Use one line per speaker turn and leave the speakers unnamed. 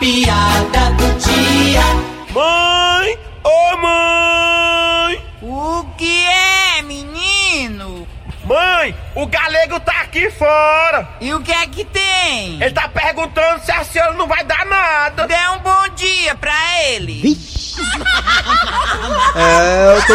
piada do dia.
Mãe! Ô mãe!
O que é, menino?
Mãe, o galego tá aqui fora!
E o que é que tem?
Ele tá perguntando se a senhora não vai dar nada!
Dê um bom dia pra ele.
É, eu tô